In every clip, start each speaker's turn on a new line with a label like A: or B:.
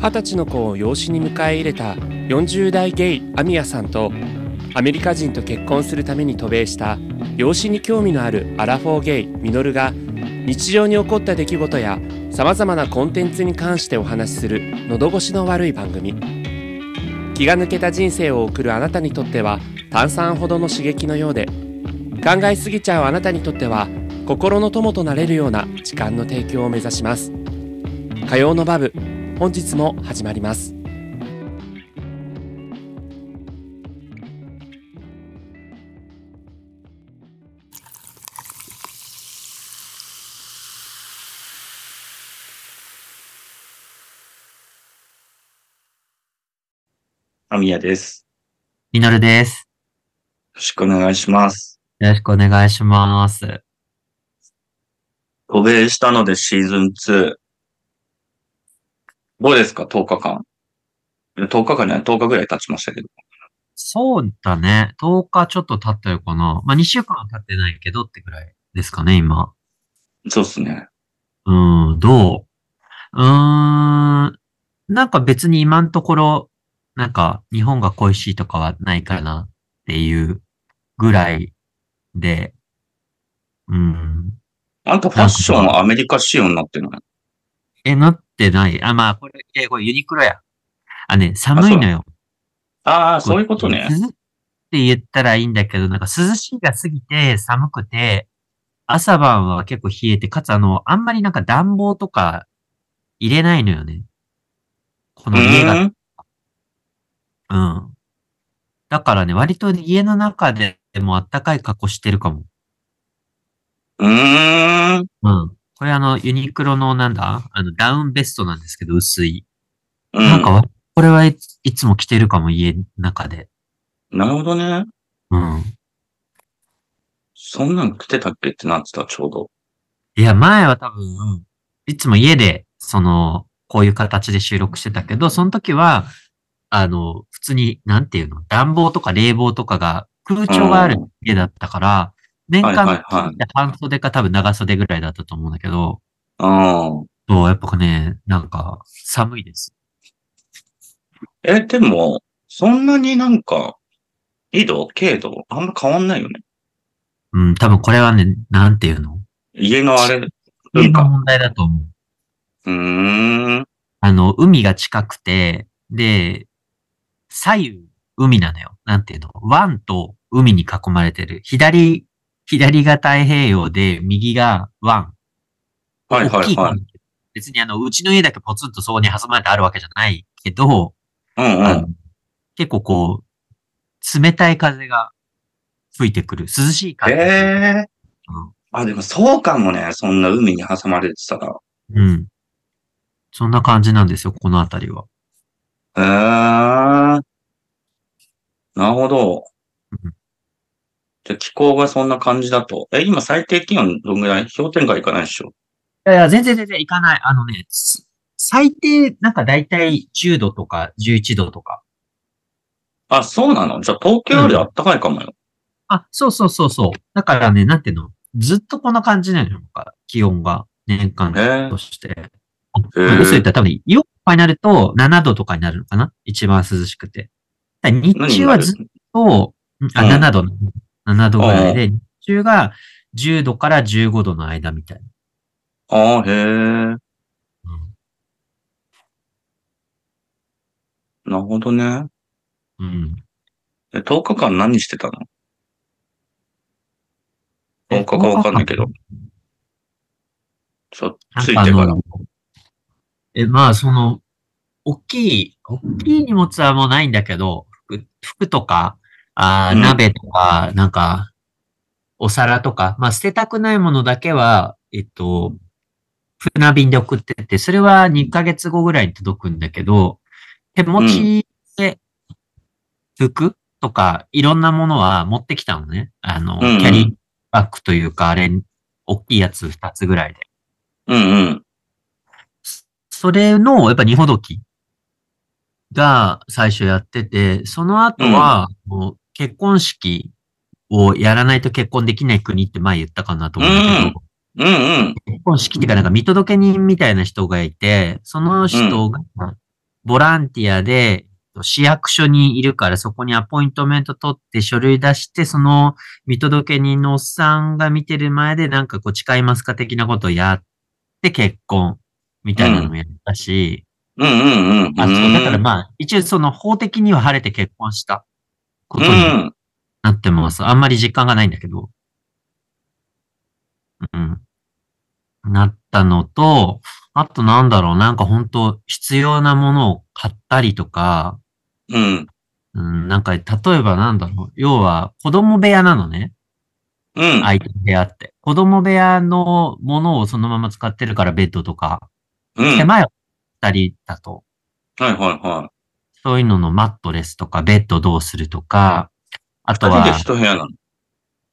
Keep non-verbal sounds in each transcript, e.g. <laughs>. A: 二十歳の子を養子に迎え入れた40代ゲイアミヤさんとアメリカ人と結婚するために渡米した養子に興味のあるアラフォーゲイミノルが日常に起こった出来事やさまざまなコンテンツに関してお話しする喉越しの悪い番組気が抜けた人生を送るあなたにとっては炭酸ほどの刺激のようで考えすぎちゃうあなたにとっては心の友となれるような時間の提供を目指します火曜のバブ本日も始まります
B: アミヤです。
C: ミノルで
B: よ
C: す。
B: ろしくお願いします。
C: よろしくお願いします。
B: 渡米したのでシーズン2。どうですか ?10 日間。いや10日間じゃない ?10 日ぐらい経ちましたけど。
C: そうだね。10日ちょっと経ったよかな。まあ、2週間は経ってないけどってぐらいですかね、今。
B: そうですね。
C: うん、どううーん。なんか別に今のところ、なんか日本が恋しいとかはないかなっていうぐらいで、うん。
B: あんたファッションはアメリカ仕様になってない
C: え、なってない。あ、まあ、これ、え、これユニクロや。あ、ね、寒いのよ。
B: ああ、そういうことね。
C: 涼って言ったらいいんだけど、なんか涼しいが過ぎて寒くて、朝晩は結構冷えて、かつあの、あんまりなんか暖房とか入れないのよね。こ
B: う
C: の家が。
B: ーん。
C: うん。だからね、割と家の中でも暖かい格好してるかも。
B: うーん。
C: うん。これあの、ユニクロのなんだあの、ダウンベストなんですけど、薄い。
B: う
C: なんかわ、これはいついつも着てるかも、家の中で。
B: なるほどね。
C: うん。
B: そんなん着てたっけってなってた、ちょうど。
C: いや、前は多分、いつも家で、その、こういう形で収録してたけど、その時は、あの、普通に、なんていうの、暖房とか冷房とかが、空調がある
B: う
C: 家だったから、年
B: はいはい
C: 間
B: はい
C: で半袖か多分長袖ぐらいだったと思うんだけど、
B: ああ。
C: そう、やっぱね、なんか、寒いです。
B: え、でも、そんなになんか、緯度経度あんま変わんないよね。
C: うん、多分これはね、なんていうの
B: 家のあれ、
C: 家
B: 文
C: の
B: 化。
C: 問題だと思う。
B: うーん。
C: あの、海が近くて、で、左右、海なのよ。なんていうの湾と海に囲まれてる。左、左が太平洋で、右が湾。
B: はいはい
C: 大き
B: は
C: 湾別にあの、うちの家だけポツンとそこに挟まれてあるわけじゃないけど、
B: い。うんう
C: あ
B: ん
C: の。結構こう、冷たい風が吹いてくる。涼しい風。
B: ええ
C: うん
B: あ、でもそうかもね。そんな海に挟まれてた
C: うん。そんな感じなんですよ、この辺りは。
B: ら。へえなるほど
C: うん。
B: じゃあ気候がそんな感じだと。え、今最低気温どんぐらい氷点下いかないでしょ
C: いやいや、全然全然行かない。あのね、す最低、なんか大体10度とか11度とか。
B: あ、そうなのじゃあ東京より暖かいかもよ。
C: あ、そうそうそうそう。だからね、なんていうのずっとこんな感じなのよ、なんか気温が。年間
B: へえ
C: として。
B: へえ
C: 嘘言ったら多分、4日になると7度とかになるのかな一番涼しくて。だから
B: 何
C: 日
B: に
C: 中
B: な
C: は
B: る
C: ずっと、うんあ、
B: うん
C: 7度、7度ぐらいで、日中が10度から15度の間みたいな。
B: ああ、へえ。なるほどね。
C: うん。うん
B: え、10日間何してたの ?10 日かわかんないけど。そう、ついて
C: な
B: か
C: んからあ。のえ、まあ、その、大きい、大きい荷物はもうないんだけど、服、服とか、あー
B: うん
C: 鍋とか、なんか、お皿とか、まあ、捨てたくないものだけは、えっと、船便で送ってて、それは2ヶ月後ぐらいに届くんだけど、手持ちで、服とか、いろんなものは持ってきたのね。あの、
B: うんうん
C: キャリーバッグというか、あれ、大きいやつ2つぐらいで。
B: うんうん。
C: それの、やっぱ二ほどきが最初やってて、その後は、もう結婚式をやらないと結婚できない国って前言ったかなと思うんだけど、
B: うんうん。
C: 結婚式っていうかなんか見届け人みたいな人がいて、その人が、ボランティアで、市役所にいるから、そこにアポイントメント取って書類出して、その見届け人のおっさんが見てる前で、なんかこう誓いますか的なことをやって結婚みたいなのもやったし、
B: うんうんうん。
C: あそうだから
B: うん
C: まあ、一応その法的には晴れて結婚したことになってます。あんまり実感がないんだけど。うん。なったのと、あとなんだろう、なんか本当必要なものを買ったりとか、
B: うん。うん。
C: うん、なんか例えばなんだろう、要は子供部屋なのね。
B: うん。
C: 相手の部屋って。子供部屋のものをそのまま使ってるからベッドとか、
B: うん。はい
C: 狭い二人だと、
B: はいは
C: そういうののマットレスとかベッドどうするとか、あと
B: い。二人で
C: は
B: 一部屋なの。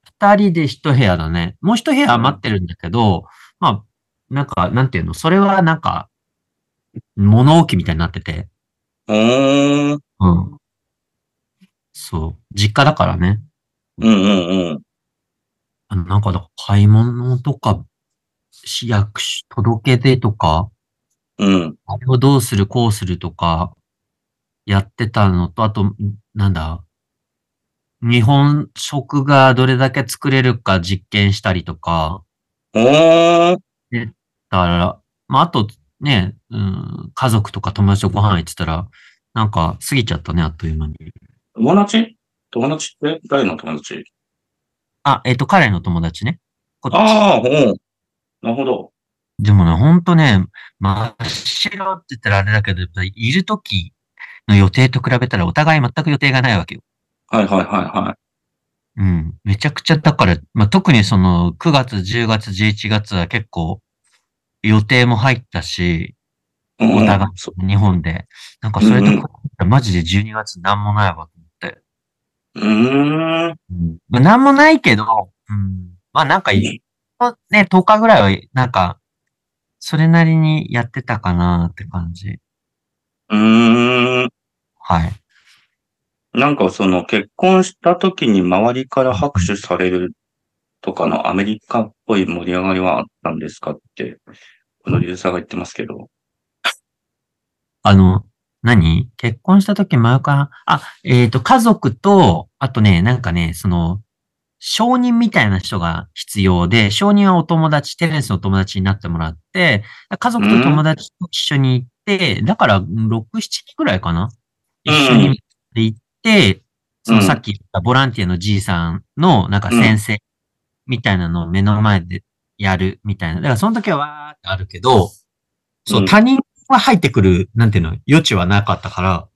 C: 二人で一部屋だね。もう一部屋余ってるんだけど、まあ、なんか、なんていうの、それはなんか、物置みたいになってて。
B: おー。
C: うん。そう。実家だからね。
B: うんうんうん。
C: あのなんかだから、買い物とか、市役所、届け出とか、
B: うん。
C: これをどうする、こうするとか、やってたのと、あと、んなんだ、日本食がどれだけ作れるか実験したりとか、
B: おー。
C: だから、まあ、あとね、うん、家族とか友達とご飯行ってたら、なんか過ぎちゃったね、あっという間に。
B: 友達友達って誰の友達
C: あ、えっ、と、彼の友達ね。こっち
B: ああ、うん。なるほど。
C: でもね、ほんとね、真っ白って言ったらあれだけど、やっぱりいる時の予定と比べたらお互い全く予定がないわけよ。
B: はいはいはいは
C: うん。めちゃくちゃ、だから、まあ、特にその9月、10月、11月は結構予定も入ったし、
B: い。うん
C: お互い
B: そ
C: 日本で。なんかそれと比べたらマジで12月なんもないわと思って。
B: うーん。
C: うんまあ、なんもないけど、うん、まあなんかい、ね、10日ぐらいは、なんか、それなりにやってたかなって感じ。
B: うーん。
C: はい。
B: なんかその結婚した時に周りから拍手されるとかのアメリカっぽい盛り上がりはあったんですかって、このリューサーが言ってますけど。
C: あの、何結婚した時前から、あ、えっ、と、家族と、あとね、なんかね、その、承認みたいな人が必要で、承認はお友達、テレスの友達になってもらって、家族と友達と一緒に行って、だから、うん6、7人ぐらいかな
B: うん
C: 一緒に行って、その
B: うん
C: さっき言ったボランティアのじいさんの、なんか先生みたいなのを目の前でやるみたいな。だからその時はわーってあるけど、そうう、
B: ん
C: 他人は入ってくる、なんていうの、余地はなかったから、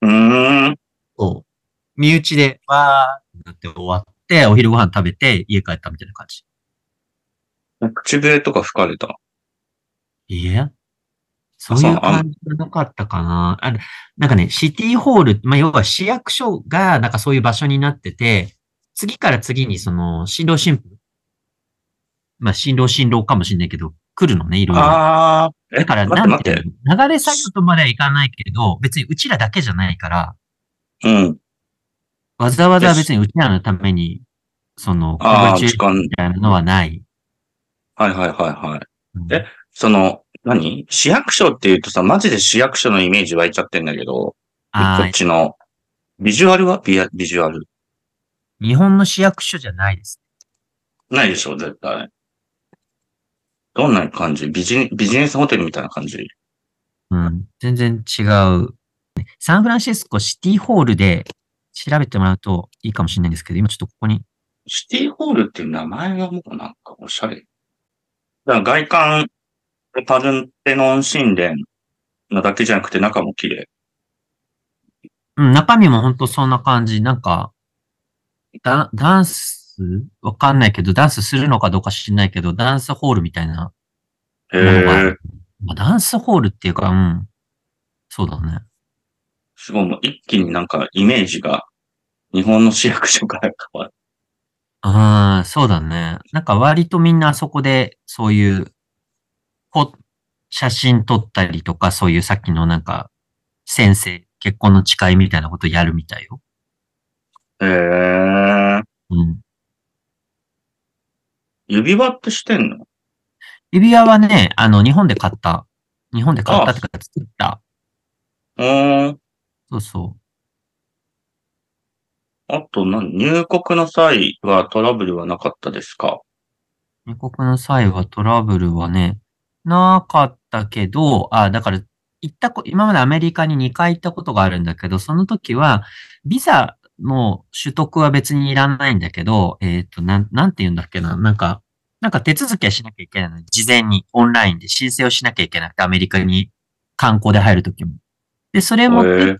B: うーん。
C: そう、身内でわーってなって終わって、お昼ご飯食べて家帰ったみたいな感じ。
B: 口笛とか吹かれた。
C: いいえ。そういう感じがなかったかな。あの、なんかね、シティホール、まあ、要は市役所が、なんかそういう場所になってて、次から次にその、新郎新婦、まあ、新郎新郎かもしれないけど、来るのね、いろいろ。
B: ああ。え、
C: だから、
B: 待っ
C: な
B: て待
C: んて
B: っ
C: い
B: て。
C: うの流れ作業とまではいかないけど、別にうちらだけじゃないから、
B: うん。
C: わざわざ別にうちらのために、その、
B: ああ、
C: コブ
B: 時
C: チュ
B: 間。
C: みたいなのはない。
B: はいはいはいはい。
C: うん
B: えその、何市役所って言うとさ、マジで市役所のイメージ湧いちゃってんだけど、こ
C: あ
B: っちの、ビジュアルはビアビジュアル。
C: ー日本の市役所じゃないです。
B: ないでしょ、絶対。どんな感じビジビジネスホテルみたいな感じ
C: うん、全然違う。サンフランシスコシティホールで調べてもらうといいかもしれないんですけど、今ちょっとここに。
B: シティホールっていう名前がもうなんかおしゃれ。だから外観、パルンテノン神殿なだけじゃなくて中も綺麗。
C: うん、中身も本当そんな感じ。なんか、ダダンスわかんないけど、ダンスするのかどうか知んないけど、ダンスホールみたいな。
B: へ
C: な
B: え
C: ん、まあダンスホールっていうか、うん。そうだね。
B: すごいもう一気になんかイメージが日本の市役所から変わる。
C: ああ、そうだね。なんか割とみんなあそこで、そういう、こ写真撮ったりとか、そういうさっきのなんか、先生、結婚の誓いみたいなことやるみたいよ。
B: へえ、
C: うん。
B: 指輪ってしてんの
C: 指輪はね、あの、日本で買った。日本で買ったってか、作った。
B: うーん。
C: そうそ
B: あと何、入国の際はトラブルはなかったですか
C: う。入国の際はトラブルはね、なかったけど、あ、だから、行ったこ、今までアメリカに2回行ったことがあるんだけど、その時は、ビザの取得は別にいらないんだけど、えっ、と、なん、なんて言うんだっけな、なんか、なんか手続きはしなきゃいけないのに事前にオンラインで申請をしなきゃいけなくて、アメリカに観光で入るときも。で、それも、
B: へえ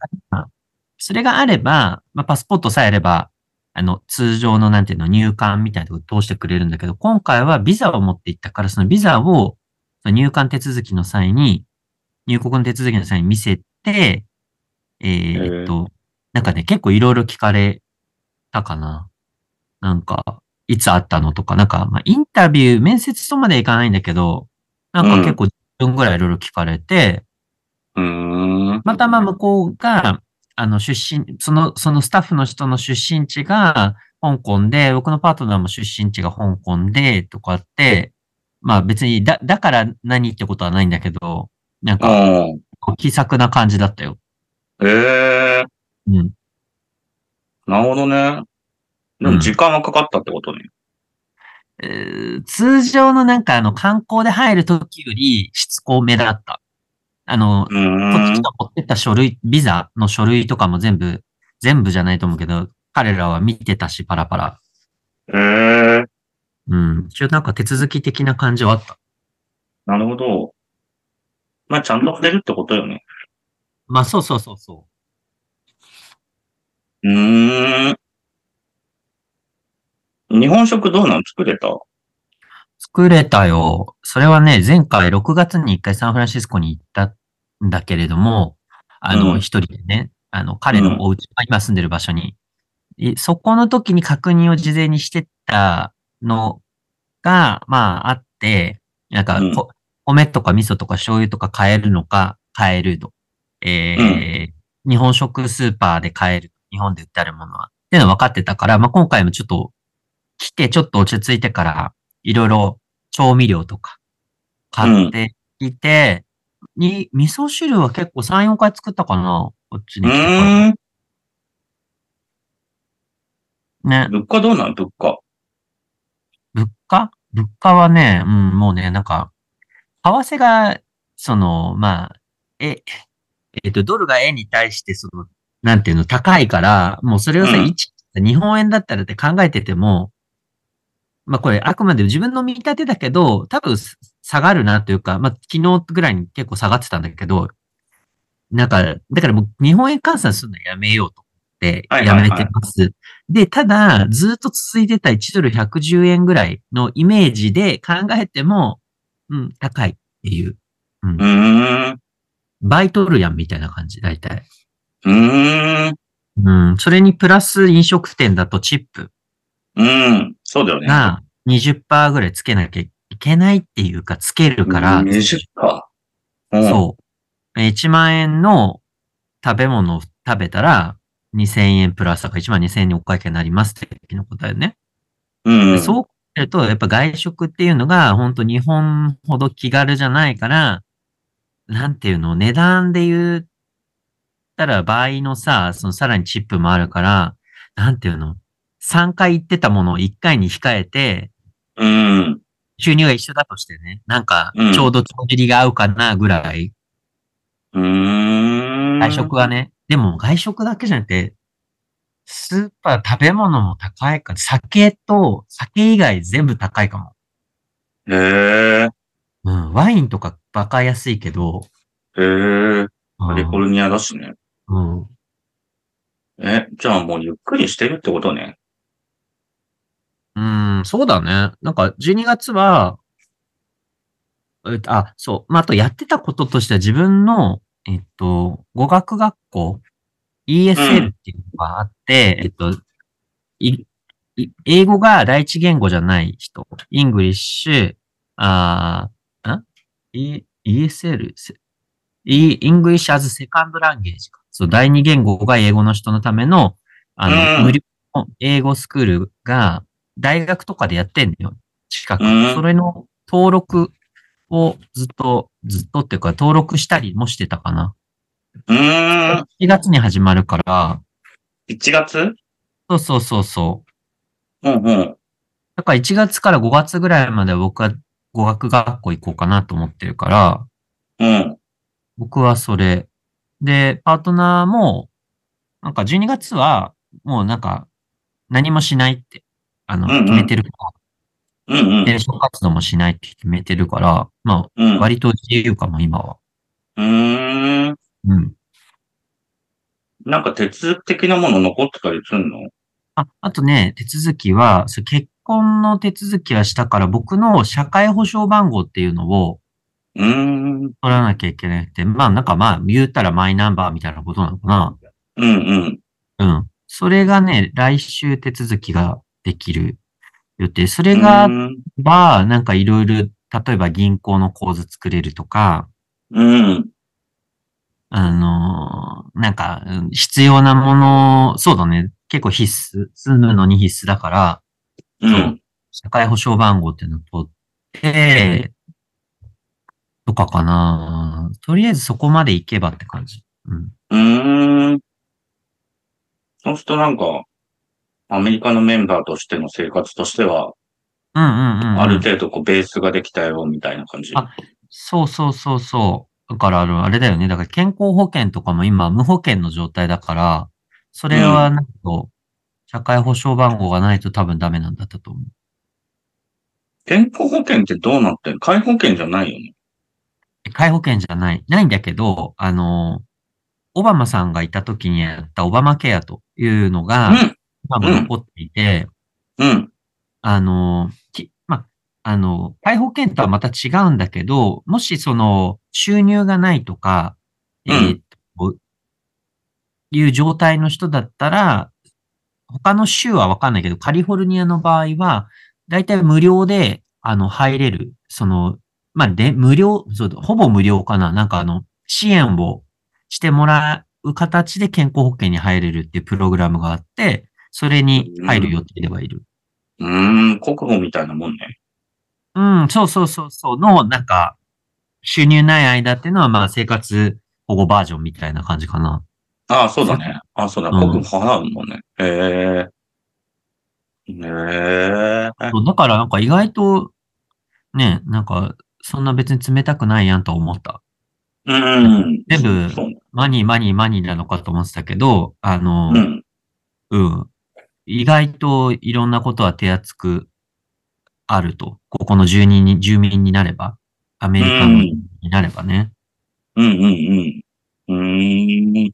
C: それがあれば、まあ、パスポートさえあれば、あの、通常の、なんていうの、入管みたいなところ通してくれるんだけど、今回はビザを持っていったから、そのビザを、その入管手続きの際に、入国の手続きの際に見せて、えー
B: へえ
C: っと、なんかね、結構いろいろ聞かれたかな。なんか、いつ会ったのとか、なんか、まあ、インタビュー、面接とまではいかないんだけど、なんか結構10分ぐらいいろいろ聞かれて、
B: うーん。
C: またまあ向こうが、あの出身、その、そのスタッフの人の出身地が香港で、僕のパートナーも出身地が香港で、とかって、まあ別にだ、だから何ってことはないんだけど、なん
B: う
C: か、
B: ん。
C: 気さくな感じだったよ。
B: ええ
C: うん。
B: なるほどね。でも
C: うん
B: 時間はかかったってことね。
C: えー通常のなんかあの観光で入るときよりしつこめだった。あの、
B: うーん。
C: こっちが持ってった書類、ビザの書類とかも全部、全部じゃないと思うけど、彼らは見てたし、パラパラ。
B: ええ
C: うん。一応なんか手続き的な感じはあった。
B: なるほど。まあ、ちゃんと触れるってことよね。
C: まあそうそうそうそう
B: ーん。日本食どうなん作れた
C: う。作れたよ。それはね、前回6月に一回サンフランシスコに行ったんだけれども、あ
B: う
C: の、
B: ん
C: 一、人でね、あの、彼のお家、まあ今住んでる場所に。いそこの時に確認を事前にしてたのが、まああって、なんか
B: うん
C: こ、米とか味噌とか醤油とか買えるのか、買えると。えー日本食スーパーで買える。日本で売ってあるものは。っていうのは分かってたから、まあ、今回もちょっと、来てちょっと落ち着いてから、いろいろ調味料とか、買ってきて、に、味噌汁は結構3、4回作ったかなこっち
B: う
C: に来てか
B: ーん。
C: ら。ね。
B: 物価どうなん物価。
C: 物価物価はね、うん、もうね、なんか、為替が、その、まあ、え、えっ、と、ドルが円に対して、その、なんていうの、高いから、もうそれをさ、
B: うん
C: 一日本円だったらって考えてても、まあこれ、あくまで自分の見立てだけど、多分、す下がるなというか、まあ、昨日ぐらいに結構下がってたんだけど、なんか、だからもう日本円換算するのやめようと思って、
B: はい
C: や
B: はいはい
C: めてます。で、ただ、ずっと続いてた1ドル110円ぐらいのイメージで考えても、うん、高いっていう。うん
B: う。ーん。
C: 倍取るやんみたいな感じ、大体。
B: うーん。
C: うん。それにプラス飲食店だとチップ
B: うん。そうだよね。
C: が20%ぐらいつけなきゃいけないっていうか、つけるから、
B: 20か。うん。
C: そう。えー1万円の食べ物を食べたら、2000円プラスだから1万2000円にお会計になりますって時のことだよね。
B: うん。
C: そう考えると、やっぱ外食っていうのが、本当日本ほど気軽じゃないから、なんていうの、値段で言ったら倍のさ、そのさらにチップもあるから、なんていうの、3回行ってたものを1回に控えて、
B: うん。
C: 収入が一緒だとしてね、なんか
B: うん、
C: ちょうど帳尻が合うかなぐらい、
B: うーん。
C: 外食はね、でも外食だけじゃなくて、スーパー食べ物も高いから、酒と、酒以外全部高いかも。
B: へえ。
C: うん、ワインとかバカ安いけど、
B: へえ。
C: う
B: カ
C: ん
B: リフォルニアだしね。
C: うん、
B: え、じゃあもうゆっくりしてるってことね。
C: うん、そうだね。なんか12月は、えっとあ、そう。まあ、あとやってたこととしては自分の、えっと、語学学校、
B: うん
C: ESL っていうのがあって、えっと、いい英語が第一言語じゃない人、イングリッシュ、あーん E- ?ESL? せ E- English as Second Language か。そう、第二言語が英語の人のための、あの、
B: うん
C: 無料の英語スクールが、大学とかでやってんのよ。近く。
B: うん
C: それの登録をずっと、ずっとっていうか、登録したりもしてたかな。
B: うーん。
C: 7月に始まるから、
B: 1月
C: そうそうそうそう。
B: うんうん。
C: だから1月から5月ぐらいまで僕は語学学校行こうかなと思ってるから、
B: うん。
C: 僕はそれ。で、パートナーも、なんか12月は、もうなんか、何もしないって、あの、
B: うんうん
C: 決めてるから、
B: うん
C: 転職活動もしないって決めてるから、ま
B: うん。う
C: あ、
B: ん。
C: 割と自由かも、今は。
B: うーん。
C: うん。
B: なんか手続き的なもの残ってたりすんの
C: あ、あとね、手続きは、そう結婚の手続きはしたから、僕の社会保障番号っていうのを
B: うーん。うん
C: 取らなきゃいけなくて、まあ、なんかまあ、言ったらマイナンバーみたいなことなのかな。
B: うん。
C: うん。それがね、来週手続きができる予定。それが
B: うーん
C: ば、なんかいろいろ、例えば銀行の口座作れるとか、
B: うん。
C: あのーなんか、うん必要なもの、そうだね、結構必須、住むのに必須だから、
B: うん。
C: 社会保障番号っていうのを取って、とかかな。とりあえずそこまで行けばって感じ。うん。
B: うーん。そうするとなんか、アメリカのメンバーとしての生活としては、
C: うんうんうん、うん。
B: ある程度こうベースができたよ、みたいな感じ。
C: あそうそうそうそう。だからあの、あれだよね。だから健康保険とかも今無保険の状態だから、それはなんかこう、社会保障番号がないと多分ダメなんだったと思う。
B: 健康保険ってどうなってんの介護保険じゃないよね。
C: え介護保険じゃない。ないんだけど、あの、オバマさんがいた時にやったオバマケアというのが、今も残っていて、
B: うん。うん。
C: あの、きま、あの、介護保険とはまた違うんだけど、もしその、収入がないとか、
B: うん
C: えーっと、いう状態の人だったら、他の州はわかんないけど、カリフォルニアの場合は、だいたい無料で、あの、入れる。その、まあ、で、無料、そう、ほぼ無料かな。なんかあの、支援をしてもらう形で健康保険に入れるっていうプログラムがあって、それに入る予定ではいる。
B: うーん、国保みたいなもんね。
C: うん、そうそうそうそうの、なんか、収入ない間っていうのは、まあ、生活保護バージョンみたいな感じかな。
B: ああ、そうだね。ああ、そうだ。
C: うん
B: 国保払うもんね。へえ。へえ。
C: そうだから、なんか意外と、ね、なんか、そんな別に冷たくないやんとは思った。
B: うん。
C: 全部
B: そうね
C: マニーマニーマニーなのかと思ってたけど、あ
B: う
C: の、う
B: ん。
C: ん、意外といろんなことは手厚くあると。ここの住人に、住民になれば、アメリカ
B: う
C: の
B: ん
C: になればね。
B: うんうんうん。うーん。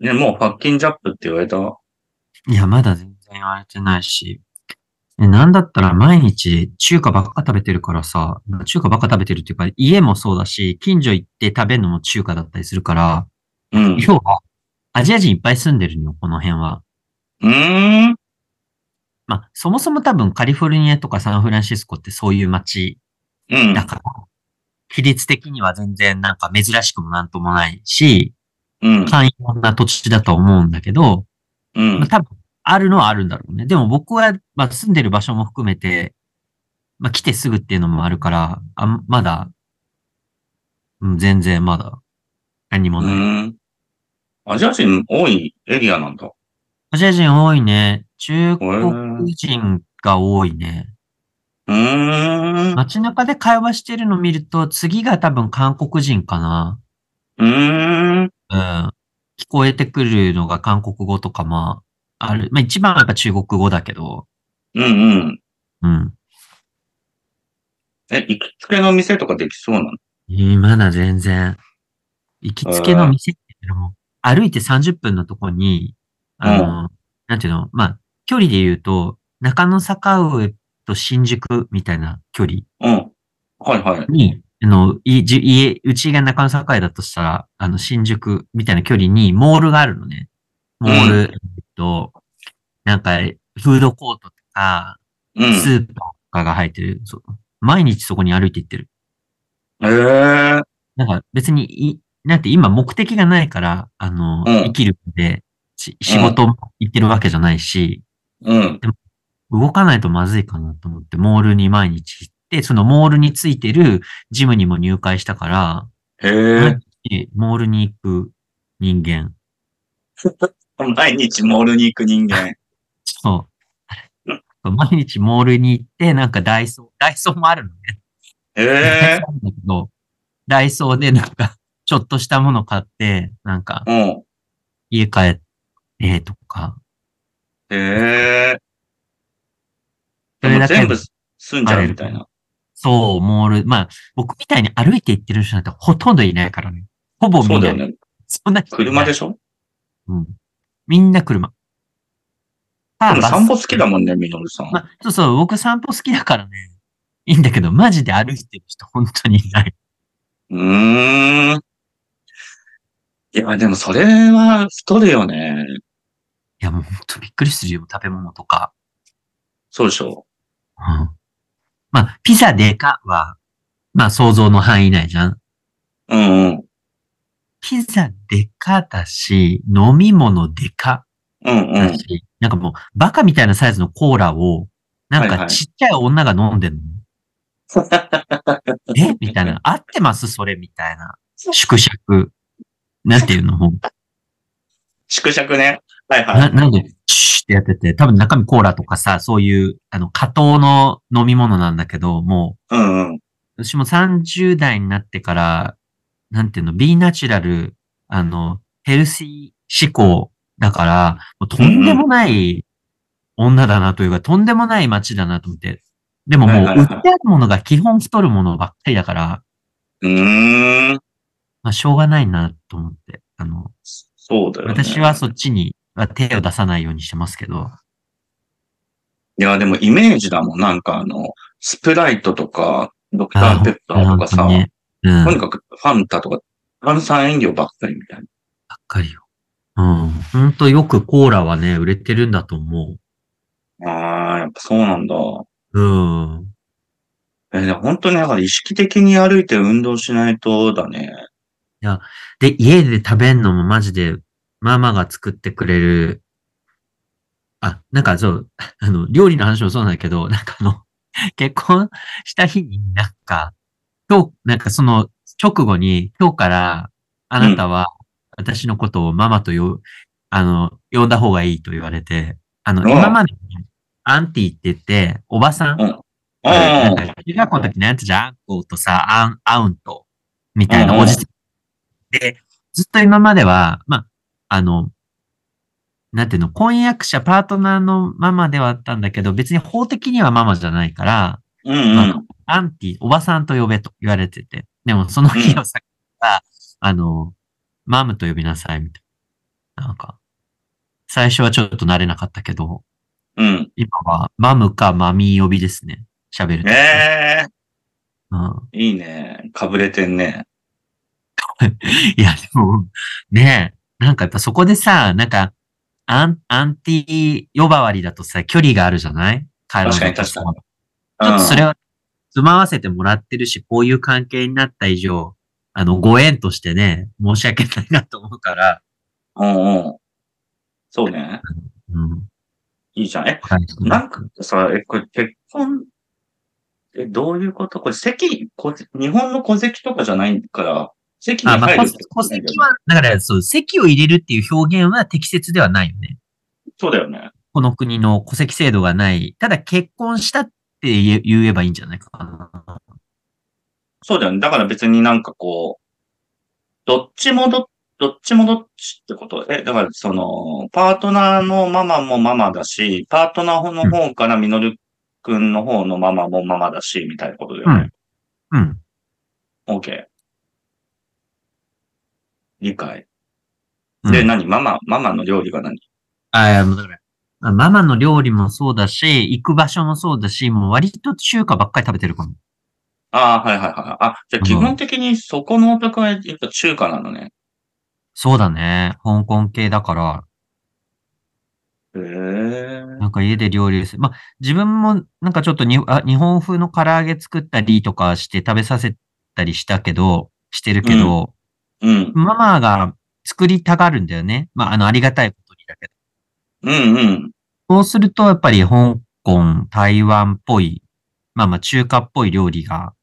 B: ね、もう、パッキンジャップって言われた。
C: いや、まだ全然荒れてないし。えなんだったら毎日中華ばっか食べてるからさ、なんか中華ばっか食べてるっていうか、家もそうだし、近所行って食べるのも中華だったりするから、
B: うん。
C: 要はアジア人いっぱい住んでるのよ、この辺は。
B: うーん。
C: まあ、そもそも多分カリフォルニアとかサンフランシスコってそういう街
B: うん
C: だ。から、比率的には全然なんか珍しくもなんともないし、
B: うん。
C: 寛容な土地だと思うんだけど、
B: う
C: まあ、
B: ん。
C: 多分、あるのはあるんだろうね。でも僕は、まあ、住んでる場所も含めて、まあ、来てすぐっていうのもあるから、あんまだ、うん、全然まだ、何も
B: う
C: ない。
B: ん。アジア人多いエリアなんだ。
C: アジア人多いね。中
B: へー
C: 国人が多いね。
B: うーん。う
C: 街中で会話してるの見ると、次が多分韓国人かな。
B: ーん。
C: うん。聞こえてくるのが韓国語とかまあ、ある。まあ一番はやっぱ中国語だけど、
B: うんうん。
C: うん。
B: え、行きつけの店とかできそうなの
C: えーまだ全然。行きつけの店っていうのも、歩いて30分のとこに、あの、なんていうの、まあ、距離で言うと、中野坂上と新宿みたいな距離
B: うん。はいはい。
C: に、あの、いじ家、うちが中野坂上だとしたら、あの、新宿みたいな距離にモールがあるのね。モール、
B: うん
C: えっと、なんか、フードコートとか、
B: う
C: ス
B: ん。
C: ーパーとかが入ってる。そう毎日そこに歩いて行ってる。
B: ええー。
C: なんか別にい、なんて今目的がないから、あの、
B: うん
C: 生きるんで、し仕事も行ってるわけじゃないし、
B: うん。
C: 動かないとまずいかなと思って、モールに毎日行って、そのモールについてるジムにも入会したから、
B: へえ。
C: 日モールに行く人間。
B: 毎日モールに行く人間。
C: そう。毎日モールに行って、なんかダイソー、ダイソーもあるのね。ダイ
B: え
C: <laughs> ソーなんだけどダイソーでなんか、ちょっとしたもの買って、なんか
B: え、も
C: 家帰ってとか。
B: うん。ええ
C: そ
B: で
C: れ
B: も
C: だけ
B: 全部済んじゃうみたいな。
C: そう、モール。まあ、僕みたいに歩いて行ってる人なんてほとんどいないからね。ほぼみんな。
B: そうだよね。
C: そんな人いない
B: 車でしょ
C: うん。みんな車。
B: で
C: あ
B: も
C: バス
B: 散歩好きだもんね、みのるさん。
C: まあ、そうそう、僕散歩好きだからね。いいんだけど、マジで歩いてる人本当にいない。
B: うーん。いや、でもそれは太るよね。
C: いや、もう本当びっくりするよ、食べ物とか。
B: そうでしょ
C: うん。まあ、ピザでかは、まあ想像の範囲内じゃん。
B: う。うんうん。
C: ピザでかだし、飲み物でか
B: うんう
C: だ
B: ん
C: し、。なんかもうバカみたいなサイズのコーラを、なん
B: はいは
C: か
B: い
C: ちっちゃい女が飲
B: <laughs>
C: んでんの。えみたいな。合ってますそれみたいな。縮尺。なんていうのもう
B: 縮尺ね。はいは
C: な、
B: い。
C: なんで、シューってやってて、多分中身コーラとかさ、そういう、あの、加糖の飲み物なんだけど、も
B: うんうん。
C: う、私も30代になってから、なんていうの、ビーナチュラル、あの、ヘルシー志向だから、もうとんでもない女だなというか、とんでもない街だなと思って。でももう、
B: はいはい
C: 売
B: は
C: っ
B: い
C: てあるものが基本太るものばっかりだから、
B: うーん。
C: まあ、しょうがないなと思って、あの、
B: そうだよね。
C: 私はそっちには手を出さないようにしてますけど、
B: いや、でもイメージだもん。なんかあの、スプライトとか、ドクターペッパーとかさ、
C: あー本当にねうん。
B: とにかくファンタとか、炭酸飲料ばっかりみたいな。
C: ばっかりよ。うん。ほんとよくコーラはね、売れてるんだと思
B: ああ、やっぱそうなんだ。
C: う。うん。
B: えー、でも本当にだから意識的に歩いて運動しないとだね。
C: で、家で食べんのもマジで、ママが作ってくれる。あ、なんかそう、あの、料理の話もそうなんだけど、なんかあの、結婚した日になんか、今日、なんかその直後に、今日からあなたは私のことをママとよ、あの、呼んだ方がいいと言われて、あの、
B: うん
C: 今までアンティって言って、おばさん、
B: あ
C: なん
B: あ、
C: か中学校の時のやつじゃん、アンコウとさ、アン、アウント、みたいなおじさん。で、ずっと今までは、まあ、あの、なんていうの、婚約者、パートナーのママではあったんだけど、別に法的にはママじゃないから、
B: うん
C: ま
B: うん
C: あ。アンティ、おばさんと呼べと言われてて。でも、その日をさ、あの、マムと呼びなさい、みたいな。なんか、最初はちょっと慣れなかったけど、
B: うん。
C: 今はマムかマミー呼びですね。喋ると。
B: ええ
C: うん
B: ー、いいね。かぶれてんね。
C: <laughs> いや、でも、ねえ、なんかやっぱそこでさ、なんか、アン、アンティ呼ばわりだとさ、距離があるじゃない確
B: 確かに確かに。
C: ちょっとそれ
B: は。
C: は、住まわせてもらってるし、こういう関係になった以上、あの、ご縁としてね、申し訳ないなと思うから、
B: うんうん。そうね。
C: うん。
B: いいじゃん。え、
C: はい
B: なんかさ、え、これ結婚、え、どういうことこれ席、こ日本の戸籍とかじゃないから、席に
C: あ、まあ、
B: 入る
C: 戸
B: ってことだよね
C: 籍は、だから、そう、籍を入れるっていう表現は適切ではないよね。
B: そうだよね。
C: この国の戸籍制度がない。ただ、結婚したって言え言えばいいんじゃないかな。
B: そうだよね。だから別になんかこう、どっちもど、どっちもどっちってことえ、だからその、パートナーのママもママだし、パートナーの方からみのるくんの方のママもママだし、みたいなことだよね。
C: うん。
B: OK。理解。で、
C: うん
B: 何ママ、ママの料理が何
C: あいや、もうだから、まあママの料理もそうだし、行く場所もそうだし、もう割と中華ばっかり食べてるかも。
B: ああ、はいはいはい。あ、じゃあ基本的にそこのお宅はやっぱ中華なのね。
C: そうだね。香港系だから、
B: へえ。
C: なんか家で料理する。まあ、自分もなんかちょっとにあ日本風の唐揚げ作ったりとかして食べさせたりしたけど、してるけど、
B: うん。
C: ママが作りたがるんだよね。まあ、あの、ありがたいことにだけど。
B: うんうん。
C: そうすると、やっぱり香港、台湾っぽい、まあまあ中華っぽい料理が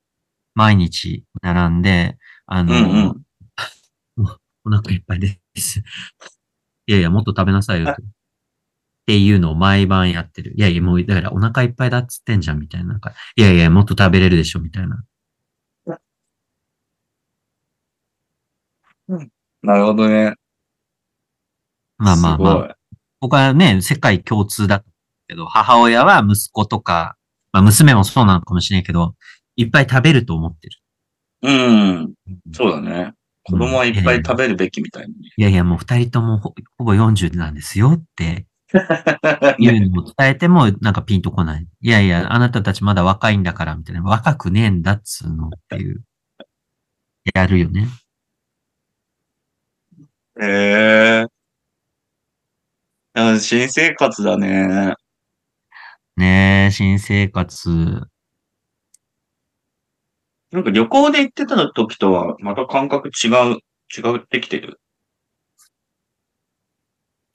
C: 毎日並んで、あの、
B: うんう
C: <laughs> お腹いっぱいです。 <laughs> いやいや、もっと食べなさいよと。っていうのを毎晩やってる。いやいや、もう、だからお腹いっぱいだっつってんじゃん、みたいな。なんかいやいや、もっと食べれるでしょ、みたいな。
B: なるほどね。
C: まあまあまあ。
B: すごい。
C: 僕はね、世界共通だけど、母親は息子とか、まあ娘もそうなのかもしれないけど、いっぱい食べると思ってる。
B: うん。そうだね。子供はいっぱい食べるべきみたい
C: いやいや、もう二人ともほほぼ40なんですよってい
B: に。
C: うのを伝えても、なんかピンとこない。いやいや、あなたたちまだ若いんだから、みたいな。若くねえんだっつうのっていう。やるよね。
B: <laughs> へえー。新生活だね。
C: ねえ、新生活。
B: なんか旅行で行ってた時とはまた感覚違う、違ってきてる。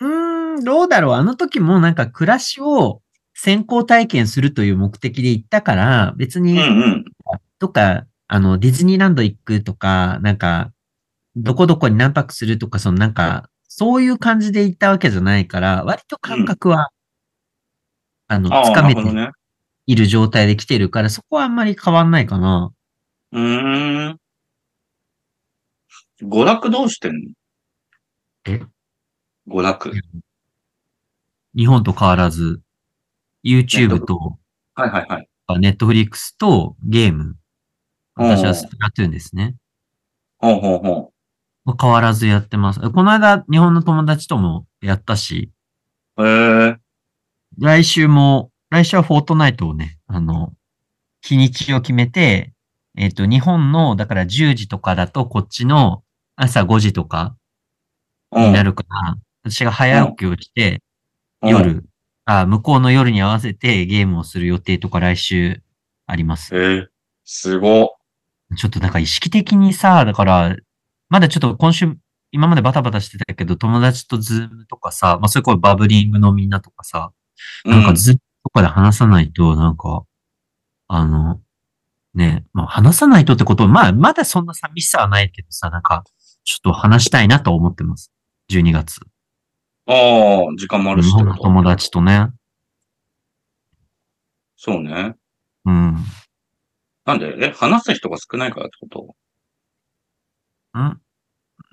C: うーん、どうだろう。あの時もなんか暮らしを先行体験するという目的で行ったから、別
B: うん
C: に
B: うん。
C: とか、あの、ディズニーランド行くとか、なんか、どこどこに何泊するとか、そのなんか、そういう感じで行ったわけじゃないから、割と感覚は、あの、
B: あ
C: つ
B: あ、
C: か
B: な
C: め
B: るほど
C: て
B: ね。
C: いる状態で来てるから、そこはあんまり変わんないかな。
B: うーん。娯楽どうしてんの
C: え
B: 娯楽。
C: 日本と変わらず、YouTube と、
B: はいはいはい。
C: Netflix とゲーム。私はスプラトゥーンですね。
B: ほうほうほ
C: 変わらずやってます。この間、日本の友達ともやったし、
B: う。へえ。
C: 来週も、来週はフォートナイトをね、あの、日にちを決めて、えっ、と、日本の、だから10時とかだと、こっちの朝5時とか
B: うん
C: になるから、私が早起きをして、
B: うん
C: 夜、あ、向こうの夜に合わせてゲームをする予定とか来週あります。
B: へえ。すごっ。
C: ちょっとなんか意識的にさ、だから、まだちょっと今週、今までバタバタしてたけど、友達とズームとかさ、まあ、それこそバブリングのみんなとかさ、
B: う
C: なんかズームとかで話さないと、なんか、あの、ね、まあ、話さないとってことは、まあ、まだそんな寂しさはないけどさ、なんか、ちょっと話したいなと思ってます。12月。
B: ああ、時間もある
C: 日
B: しって
C: 本
B: こ
C: の
B: と。
C: 友達とね。
B: そうね。
C: うん。
B: なんで、え、話す人が少ないからってこと
C: ん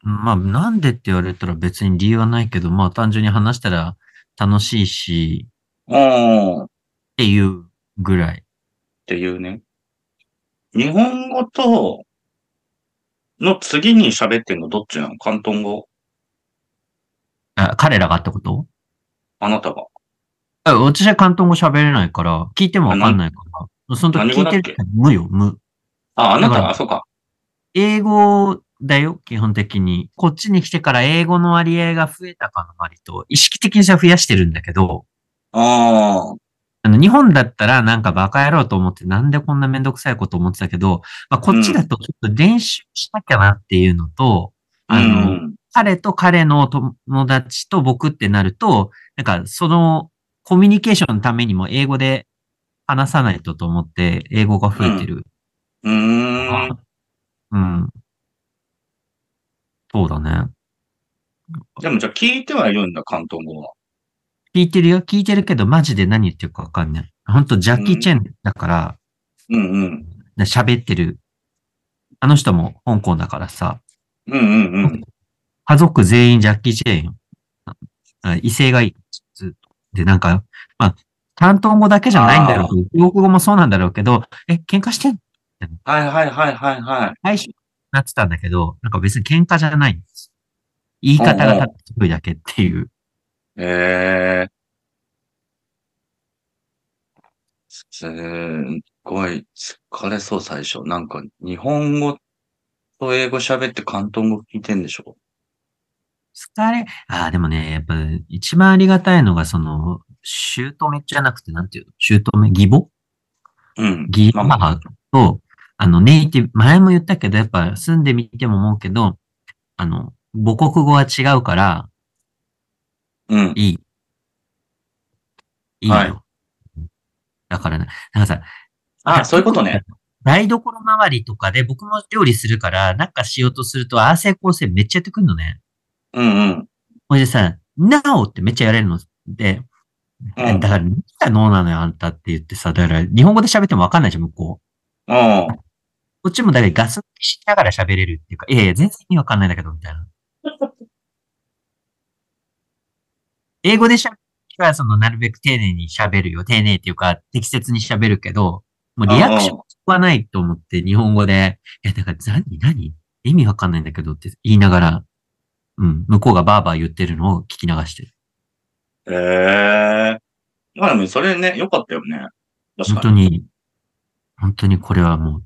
C: まあ、なんでって言われたら別に理由はないけど、まあ、単純に話したら楽しいし、
B: ああ、っ
C: っていうぐらい。
B: ていうね。日本語と、の次に喋ってんのどっちなの広東語
C: あ彼らがってこと
B: あなたが。
C: あ私は広東語喋れないから、聞いてもわかんないから。その時聞いてる時は無よ、無。
B: あ、あなた
C: だか
B: が、
C: ら
B: あ、そうか。
C: 英語だよ、基本的に。こっちに来てから英語の割合が増えたかの割と、意識的にじゃ増やしてるんだけど、
B: ああ、
C: あの、日本だったらなんかバカ野郎と思って、なんでこんなめんどくさいこと思ってたけど、まあ、こっちだとちょっと練習しなきゃなっていうのと、
B: う
C: あの、
B: ん。
C: 彼と彼の友達と僕ってなると、なんかそのコミュニケーションのためにも英語で話さないとと思って、英語が増えてる。
B: うーん。
C: うん。そうだね。
B: でもじゃあ聞いてはいるんだ、広東語は。
C: 聞いてるよ。聞いてるけど、マジで何言ってるかわかんない。ほんと、ジャッキー・チェンだから、
B: うんうん。
C: 喋ってる。あの人も香港だからさ、
B: うんうんうん。
C: 家族全員ジャッキー・チェンよ。あ異性がいい。ずっとで、なんか、まあ、関東語だけじゃないんだろうけど。中国語もそうなんだろうけど、え、喧嘩してん
B: はいはいはいはいはい。
C: 最初なってたんだけど、なんか別に喧嘩じゃないんです。言い方がただ強いだけっていう。
B: ええすっごい疲れそう、最初。なんか、日本語と英語喋って関東語聞いてんでしょ
C: 疲れ、ああ、でもね、やっぱ一番ありがたいのが、その、姑じゃなくて、なんていうの姑、義母
B: うん。
C: 義
B: まあま
C: 母と、あの、ネイティブ、前も言ったけど、やっぱ住んでみても思うけど、あの、母国語は違うから、
B: うん。
C: いい。いいよ。
B: はい
C: だからね、なんかさ、
B: あ、そういうことね。
C: 台所周りとかで僕も料理するから、なんかしようとすると、ああせいこうせいめっちゃやってくんのね。
B: うんうん。
C: ほいでさ、なおってめっちゃやれるの。で、
B: うん
C: だから、何がノーなのよ、あんたって言ってさ、だから、日本語で喋ってもわかんないじゃん、向こう。
B: ああ。
C: こっちもだからガス抜きしながら喋れるっていうか、いやいや、全然意味わかんないんだけど、
B: <laughs>
C: みたいな。英語で喋るときは、その、なるべく丁寧に喋るよ。丁寧っていうか、適切に喋るけど、もうリアクションはないと思って、日本語で、いや、だから、何何意味わかんないんだけどって言いながら、うん、向こうがバーバー言ってるのを聞き流してる。
B: ええまあでもそれね、良かったよね。確
C: 本
B: か
C: 当
B: に。
C: に、本当にこれはもう、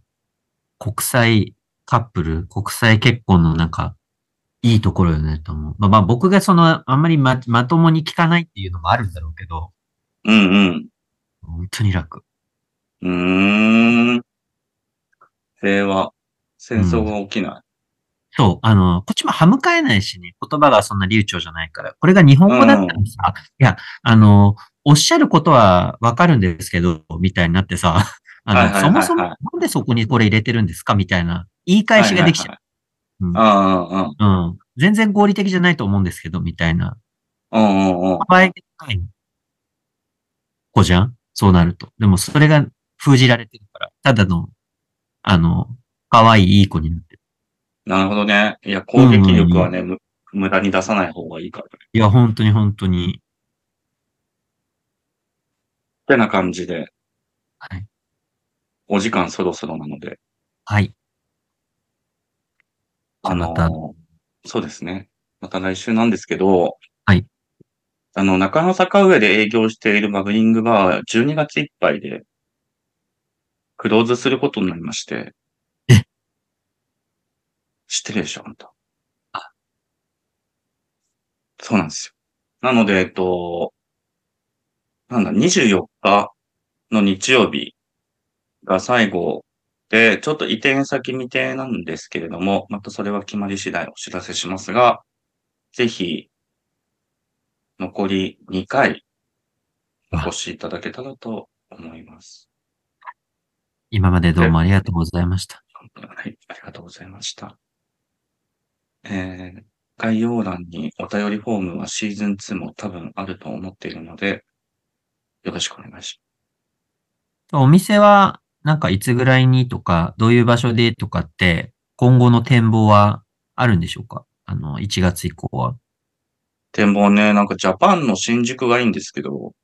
C: 国際カップル、国際結婚のなんか、いいところよねと思う。まあまあ僕がその、あんまりま、まともに聞かないっていうのもあるんだろうけど、
B: うん
C: 本当に楽。
B: うん。うーん。平和。戦争が起きない。
C: そう、あの、こっちも歯向かえないしね、言葉がそんな流暢じゃないから、これが日本語だったらさ、いや、あの、おっしゃることはわかるんですけど、みたいになってさ、あの、
B: はいはいはいはい
C: そもそもなんでそこにこれ入れてるんですかみたいな、言い返しができちゃう。
B: はいはいはい。
C: うん。全然合理的じゃないと思うんですけど、みたいな。
B: うんうん。うんうんうん。
C: 甘えげない子じゃんそうなると。でもそれが封じられてるから、ただの、あの、可愛いいい子になってる。
B: なるほどね。いや、攻撃力はね、む無駄に出さない方がいいからね。
C: いや、本当に本当
B: っ
C: に。
B: てな感じで、
C: はい。
B: お時間そろそろなので、
C: はい。
B: あの
C: また
B: そうですね。また来週なんですけど、
C: はい。
B: あの、中野坂上で営業しているバブリングバー、12月いっぱいで、クローズすることになりまして。
C: え
B: 知ってるでしょ、あんた。そうなんですよ。なので、えっと、なんだ、24日の日曜日が最後で、ちょっと移転先未定なんですけれども、またそれは決まり次第お知らせしますが、ぜひ、残り2回、お越しいただけたらと思います。
C: 今までどうもありがとうございました。
B: はい、ありがとうございました。えー概要欄にお便りフォームはシーズン2も多分あると思っているので、よろしくお願いします。
C: お店は、なんかいつぐらいにとか、どういう場所でとかって、今後の展望はあるんでしょうかあの、1月以降は。
B: 展望ね、なんかジャパンの新宿がいいんですけど、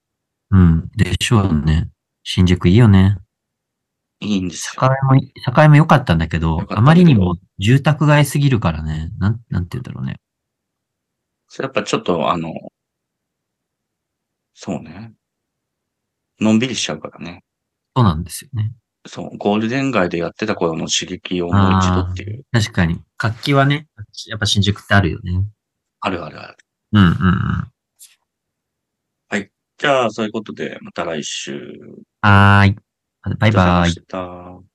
C: うん。でしょうね。新宿いいよね。
B: いいんですよ。
C: 栄も、栄も良かったんだけど
B: 良かっ、たんだけど
C: あまりにも住宅街すぎるからね、なん、なんて言うんだろうね。
B: それやっぱちょっとあの、そうね。のんびりしちゃうからね。
C: そうなんですよね。
B: そう、ゴールデン街でやってた頃の刺激をもう一度っていう、
C: 確かに。活気はね、やっぱ新宿ってあるよね。
B: あるあるある。
C: うんうんうん。
B: じゃあ、そういうことで、また来週。
C: はーい。バイバイ
B: ありがとうございま。した。